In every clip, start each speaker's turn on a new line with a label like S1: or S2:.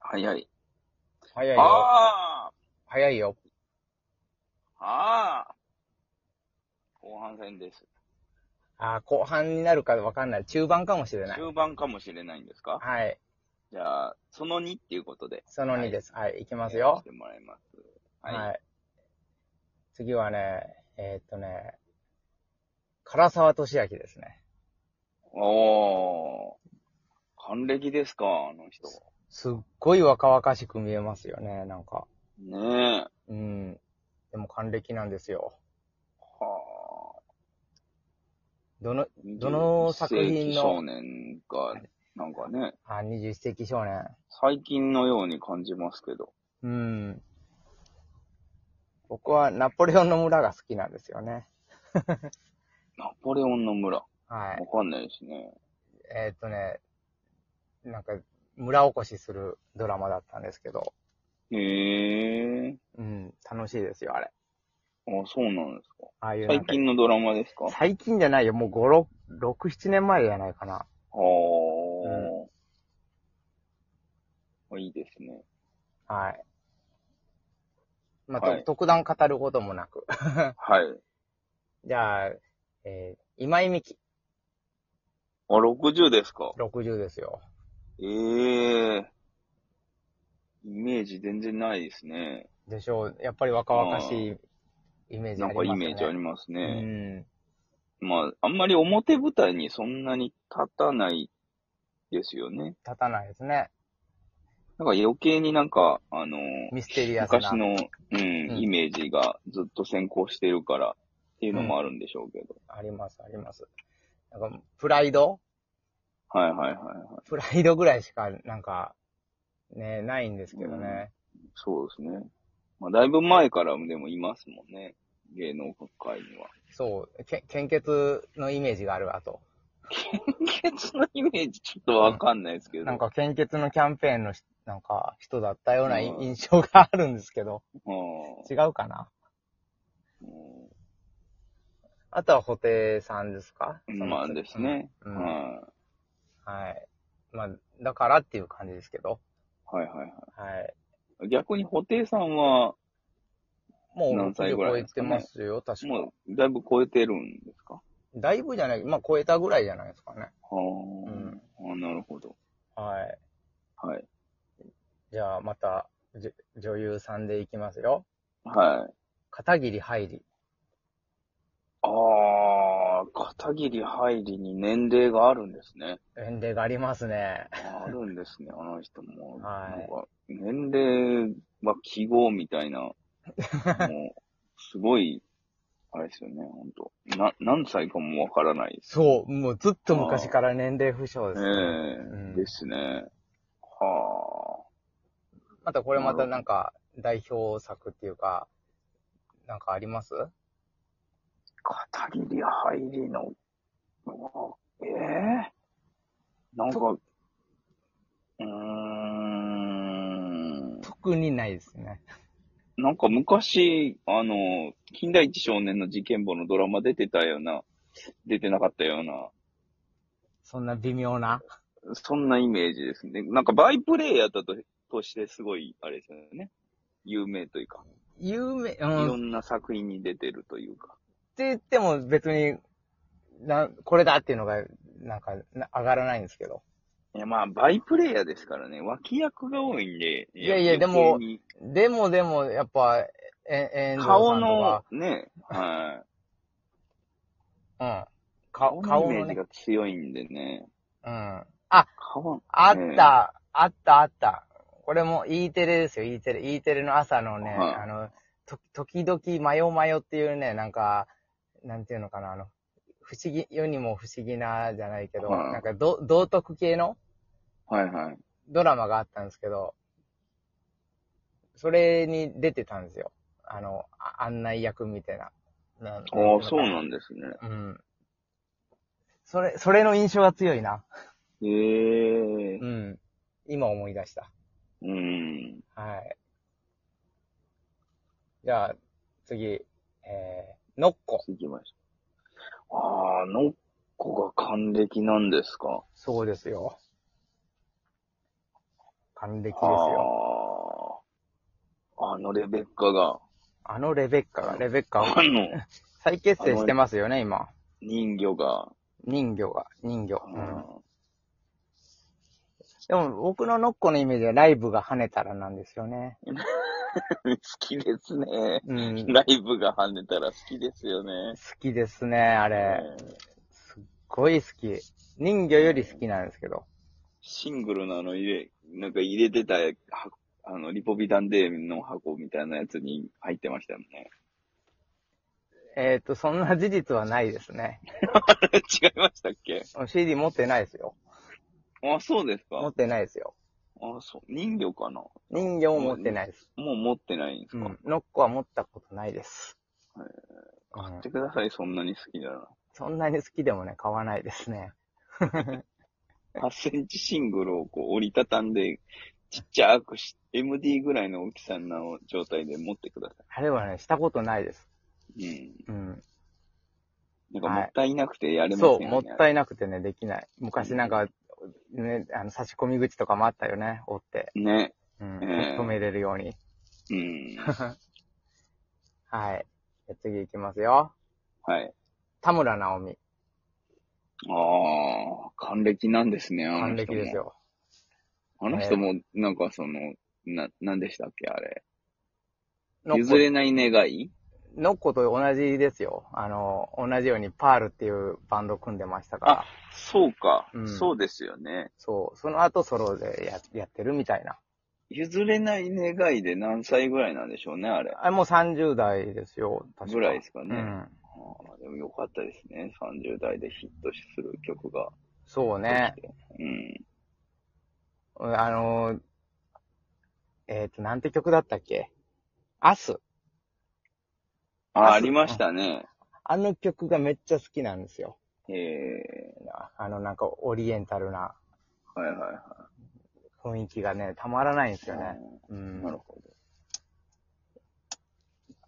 S1: 早い。
S2: 早いよ。
S1: あ
S2: 早いよ。
S1: あああ後半戦です。
S2: あー後半になるかわかんない。中盤かもしれない。
S1: 中盤かもしれないんですか
S2: はい。
S1: じゃあ、その2っていうことで。
S2: その
S1: は
S2: 2
S1: い
S2: です。はい、い、き
S1: ま
S2: ますよ
S1: し。てもらいます。
S2: は。
S1: はいい。
S2: 次はね、えーっとね、唐沢俊明ですね。
S1: おー。還暦ですか、あの人。
S2: すっごい若々しく見えますよね、なんか。
S1: ねえ。
S2: うん。でも還暦なんですよ。
S1: は
S2: どの、
S1: あ。
S2: どの作品
S1: 21世紀
S2: の
S1: 少年が、なんかね、
S2: あ、21世紀少年。
S1: 最近のように感じますけど。
S2: うん。僕はナポレオンの村が好きなんですよね。
S1: ナポレオンの村。わ
S2: はい。
S1: かんないですね。
S2: えーっとね、なんか、村おこしするドラマだったんですけど、
S1: へえ。
S2: うん、楽しいですよ、あれ。
S1: あ、そうなんですか。
S2: ああいうなん
S1: 最
S2: か
S1: 近のドラマですかあ
S2: 最近じゃないよ、もう5、6、6 7年前じゃないかな。
S1: あ、いいですね。
S2: はい。まあ、
S1: はい
S2: と特段語ることもなく。
S1: はい。
S2: じゃあ、えー今井美樹、
S1: あ、60ですか。
S2: 60ですよ。
S1: ええイメージ全然ないですね。
S2: でしょう。やっぱり若々しいイメージ
S1: な
S2: あ
S1: ん
S2: り
S1: か
S2: ます
S1: イ
S2: よね。
S1: メージあります
S2: う
S1: ね。
S2: ん。
S1: まあ、あんまり表舞台にそんなに立たないですよね。
S2: 立たないですね。
S1: なんか余計になんか、あの、
S2: ミステリアスな。
S1: 昔の、うん、
S2: うん
S1: イメージがずっと先行してるからっていうのもあるんでしょうけど。
S2: あります、あります。なんか、プライド
S1: はいはいはいはい。
S2: プライドぐらいしか、なんか、ね、ないんですけどね。
S1: そうですね。まあ、だいぶ前からでもいますもんね。芸能界には。
S2: そう、け献血のイメージがあるわと。
S1: 献血のイメージちょっとわかんないですけど。
S2: なんか、献血のキャンペーンのし、なんか、人だったよう
S1: う
S2: な
S1: ん
S2: 印象があるんですけど、
S1: うん、
S2: 違うかな。あとは、布袋さんですか
S1: うんまあですね。
S2: う
S1: うんん。
S2: うん
S1: は
S2: はい。まあ、だからっていう感じですけど、
S1: いはいは
S2: はい。
S1: い。逆に、布袋さんは、
S2: もう、
S1: 何歳ぐらい
S2: 超
S1: なん
S2: え
S1: ですか
S2: て
S1: ね
S2: ますよ、確か
S1: もう、だいぶ超えてるんですか
S2: だいぶじゃない、まあ、超えたぐらいじゃないですかね。
S1: あー、あなるほど。
S2: はい。
S1: はい。
S2: じゃあ、また、じょ女優さんでいきますよ。
S1: はい。
S2: 片桐はいり。
S1: あー、片桐入りに年齢があるんですね。
S2: 年齢がありますね。
S1: あるんです ね、あの人も。
S2: はい
S1: なんか、年齢は記号みたいな、もう、すごい、あれですよね、本当な、何歳かもわからないです。
S2: そう、もうずっと昔から年齢不詳
S1: え
S2: で
S1: え
S2: すね。うん
S1: ですね。は
S2: またこれまたなんか、代表作っていうか、なんかあります
S1: あ。片桐入りの、ええなんか、うーん。
S2: 特にないですね。
S1: なんか昔、あの、近代一少年の事件簿のドラマ出てたような、出てなかったような、
S2: そんな微妙な。
S1: そんなイメージですね。なんかバイプレイヤーだと、としてすごい、あれですよね。有名というか、
S2: 有名、う
S1: いろ
S2: ん。っ
S1: んな作品に出てるというか。
S2: て言っても別に、な、これだっていうのが、なんか、な上がらないんですけど。
S1: いや、まあ、バイプレイヤーですからね。脇役が多いんで。い
S2: いやいやでも、
S1: 余計に
S2: でもでも、やっぱ、え、え、
S1: 顔の、ね、はい。
S2: うん。
S1: 顔
S2: 顔、
S1: の
S2: 顔
S1: イメ
S2: の
S1: ージ
S2: ね。
S1: が強いんでね。
S2: うん。あ、
S1: 顔、
S2: あっ
S1: ねえ
S2: た、あった、あった。これも E テレですよ、E テレ。E テレの朝のね、
S1: はい
S2: あの、と、時々、マヨマヨっていうね、なんか、なんていうのかな、あの、不思議、世にも不思議な、じゃないけど、
S1: はい
S2: なんか、ど、道徳系の
S1: はいはい。
S2: ドラマがあったんですけど、それに出てたんですよ。あの、あ案内役みたいな。あ
S1: ああ、そうなんですね。
S2: うん。それ、それの印象が強いな。
S1: ええ
S2: うん。今思い出した。
S1: うん。
S2: はい。じゃあ、次、えー、ノッコ。
S1: 行きました。ああ、のっこが還暦なんですか。
S2: そうですよ。還暦ですよ。
S1: ああ。あのレベッカが、
S2: あのレベッカが、レベッカ
S1: あ
S2: は
S1: の
S2: 再結成してますよね、今。
S1: 人魚が、
S2: 人魚が、人魚。
S1: う
S2: うん
S1: ん
S2: でも僕のノッコのイメージはライブが跳ねたらなんですよね。
S1: 好きですね。
S2: うん。好
S1: ライブが跳ねたら好きですよね。
S2: きですね、あれ。すごい好き。人魚より好きなんですけど。
S1: シングルのあの入れ、なんか入れてた、はあの、リポビタンデーの箱みたいなやつに入ってましたよね。
S2: えっ、と、そんな事実はないですね。
S1: 違いましたっけ
S2: CD 持ってないですよ。
S1: あ、そうです
S2: 持っ
S1: か。
S2: てないですよ。
S1: あ、そう。人魚かなも
S2: 人魚も持ってないです。
S1: う持ってないんです
S2: う
S1: か、
S2: ん。ノッコは持ったことないです。
S1: 買
S2: うん
S1: ってください、そんなに好きなら。
S2: そんなに好きでもね、買わないですね。
S1: 8センチシングルをこう折りたたんで、ちっちゃくし、MD ぐらいの大きさの状態で持ってくださ
S2: あれはね、したことないです。
S1: い。うん。
S2: うん。
S1: なんかもったいなくてやれませんよ
S2: そ
S1: ね。
S2: う、もったいなくてね、できない。昔なんか、ね、あの、差し込み口とかもあったよね、折って。
S1: ね。
S2: うん。
S1: ええ
S2: 止めれるように。
S1: うん。
S2: はい。じゃあ次行きますよ。
S1: はい。
S2: 田村直美。
S1: ああ、還暦なんですね、あの人も。
S2: 還暦ですよ。
S1: あの人も、なんかその、な、なんでしたっけ、あれ。
S2: のっ
S1: 譲
S2: こ、
S1: れない願い
S2: のっこと同じですよ。あの、同じようにパールっていうバンド組んでましたから。
S1: そうか、
S2: うん
S1: そうですよね。
S2: そう。その後ソロでややってるみたいな。
S1: 譲れない願いで何歳ぐらいなんでしょうね、あれ。
S2: あれもう30代ですよ、確か
S1: ぐらいですか
S2: う
S1: ね。
S2: ん。
S1: あーでもよかったですね、30代でヒットする曲が。
S2: そうね。
S1: うん。
S2: うんあのー、えっ、と、なんて曲だったっけアス。
S1: あ、
S2: あ
S1: ありましたね。
S2: あの曲がめっちゃ好きなんですよ。
S1: ええ
S2: あの、なんかオリエンタルな
S1: ー、はいは
S2: 雰囲気がね、たまらないんです
S1: い
S2: よ
S1: は
S2: ね。
S1: い。
S2: う
S1: うん
S2: ん
S1: な。るほど。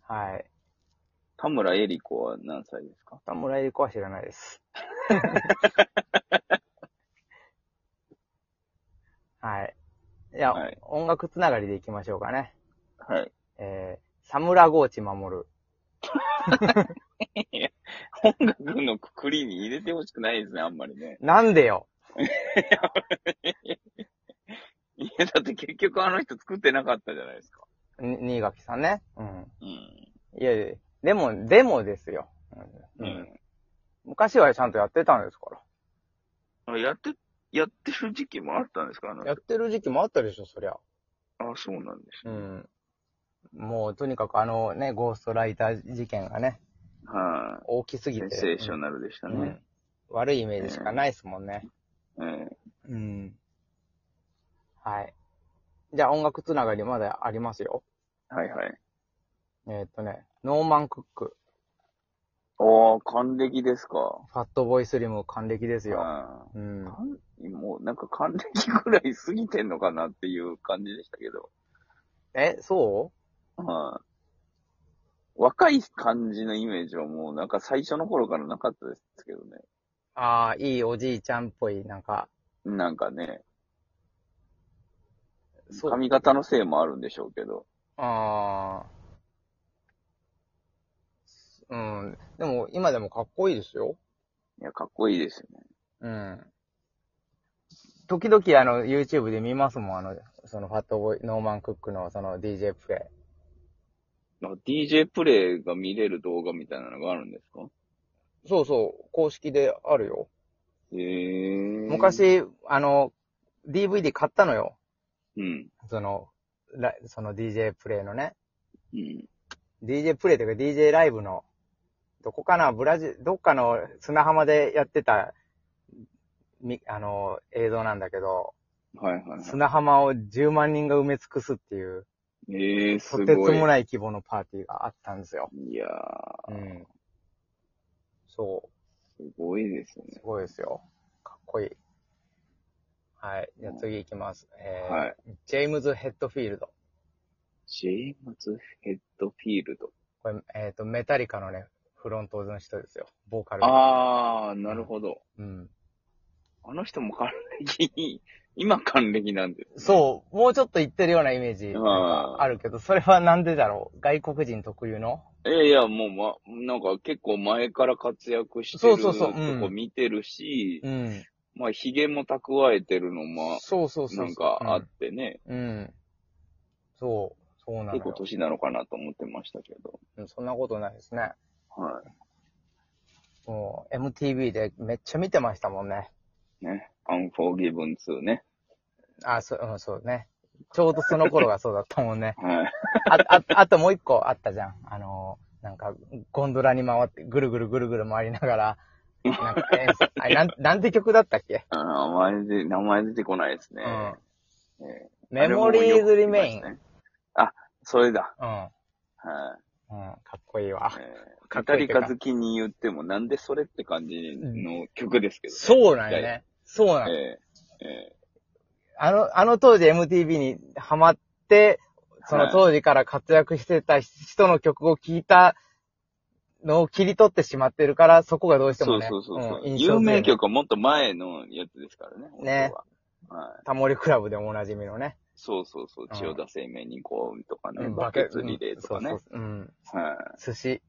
S2: はい。
S1: 田村恵里子は何歳ですか
S2: 田村ゆり子は知らないです。 はい。いや、
S1: はい
S2: 音楽つながりでいきましょうかね。
S1: はい。
S2: えー、サムラゴーチ守る。
S1: 音楽のくくりに入れてほしくないですね、あんまりね。
S2: なんでよ
S1: いや、だって結局あの人作ってなかったじゃないですか。
S2: に新垣さんね。うん。
S1: うん。
S2: いやいや、でも、でもですよ。
S1: う
S2: うん
S1: ん。
S2: 昔はちゃんとやってたんですか
S1: あやって、やってる時期もあったんですかあの
S2: ら。やってる時期もあったでしょ、そりゃ。
S1: あ、そうなんです
S2: う
S1: ね。
S2: ん。もう、とにかくあのね、ゴーストライター事件がね、
S1: は
S2: 大きす
S1: い、
S2: ぎて。
S1: センセーショナルでした
S2: うんう
S1: ね
S2: ん。悪いイメージしかないですもんね。
S1: え
S2: うん。はい。じゃあ音楽つながりまだありますよ。
S1: えはいはい。
S2: えーっとね、ノーマン・クック、
S1: おー、還暦ですか。
S2: ファットボーイスリム還暦ですよ。
S1: あ
S2: うん
S1: ー。還もうなんか還暦ぐらい過ぎてんのかなっていう感じでしたけど。
S2: え、そ
S1: はい若い感じのイメージはもうなんか最初の頃からなかったですけどね。
S2: うああ、いいおじいちゃんっぽい、なんか、
S1: なんかね、
S2: そう。
S1: 髪型のせいもあるんでしょうけど。
S2: ああ。うん。でも、今でもかっこいいですよ。
S1: いや、かっこいいですよね。
S2: うん。時々、あの、YouTube で見ますもん、あの、その、ファットボーイ、ノーマン・クックの、その、DJ プレイ。
S1: なんか DJ プレイが見れる動画みたいなのがあるんですか
S2: そうそう、公式であるよ。
S1: へえ。
S2: 昔、あの、DVD 買ったのよ。
S1: うん。
S2: その、ラその DJ プレイのね。
S1: うん。
S2: DJ プレイというか DJ ライブの、どこかな、ブラジル、どっかの砂浜でやってた、み、あの、映像なんだけど、
S1: はいはいはい。
S2: 砂浜を10万人が埋め尽くすっていう、
S1: ええー、す
S2: とてつ
S1: ごい。
S2: もない規模のパーティーがあったんですよ。
S1: いやー、
S2: うん。そう。
S1: すごいですね
S2: す。ごいですよ。かっこいい。はい。じゃあ次行きます。えー
S1: はい
S2: ジェームズ・ヘッドフィールド。
S1: ジェームズ・ヘッドフィールド。
S2: これ、えっ、と、メタリカのね、フロントの人ですよ。ボーカル。
S1: あー、なるほど。
S2: うん。
S1: あの人も還暦 今還暦なんです。
S2: そう、もうちょっと行ってるようなイメージ
S1: あー
S2: なんかあるけど、それはなんでだろう外国人特有の
S1: ええいや、もう、ま、なんか結構前から活躍してる
S2: そうそうそううん
S1: とこ見てるし、
S2: うん。
S1: まあ、髭も蓄えてるのも、
S2: そうそうそうそう。
S1: なんかあってね、
S2: うん。うん。そう、そうなの
S1: 結構
S2: よ。
S1: 年なのかなと思ってましたけど。
S2: うんそんなことないですね。
S1: は
S2: もう、MTV でめっちゃ見てましたもんね。
S1: い。ね。アンフォーギブン2ね。。
S2: あ、そう、うん、そうね。ちょうどその頃がそうだったもんね
S1: はい。
S2: あ、あ、あともう一個あったじゃん。あの、なんか、ゴンドラに回って、ぐるぐるぐるぐる回りながら、なんか演奏、あれ、なん、なんて曲だったっけ
S1: あ名前で、名前出てこないですね。
S2: うん
S1: え。
S2: メモリーズリメイン。
S1: あれもよく見ましたねあ、それだ。
S2: うん。
S1: は
S2: うん、かっこいいわ
S1: い。。え
S2: かっ
S1: ー、
S2: こ
S1: 語
S2: いい
S1: り
S2: けど
S1: か好きに言っても、なんでそれって感じの曲ですけど、ね
S2: そうなんよね。そうなんよ
S1: えーえ
S2: あの、あの当時 MTV にハマって、その当時から活躍してた人の曲を聴いたのを切り取ってしまってるから、そこがどう
S1: ー
S2: して
S1: そ
S2: も
S1: う
S2: ね、
S1: そうそうそう、
S2: うん印象強
S1: 有
S2: いね
S1: 名曲はもっと前のやつですからね。
S2: ね
S1: 本当は。はい。
S2: タモリクラブでもおなじみのね。
S1: そうそうそう。千代田生命に行こうとかね。
S2: うん
S1: バケツリレーとかね。
S2: そうそうそううん。
S1: はい。
S2: 寿司、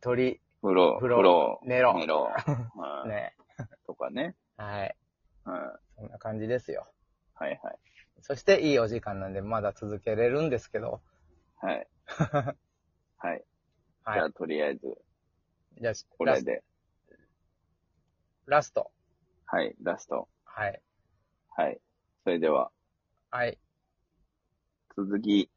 S2: 鳥、
S1: 風呂、
S2: 風呂
S1: 風呂、
S2: 寝ろ
S1: 寝ろ。 はい。
S2: ね。
S1: とかね。
S2: はい。
S1: はい。
S2: そんな感じですよ。
S1: はいはい。
S2: そしていいお時間なんで、まだ続けれるんですけど。
S1: はい。はい。
S2: は
S1: じゃ
S2: い。
S1: あ、とりあえず、
S2: じゃあ、
S1: こ
S2: ラ
S1: れ
S2: ス
S1: で。
S2: ラスト。
S1: はい、ラスト。
S2: はい。
S1: はい。それでは、
S2: はい。
S1: 続き、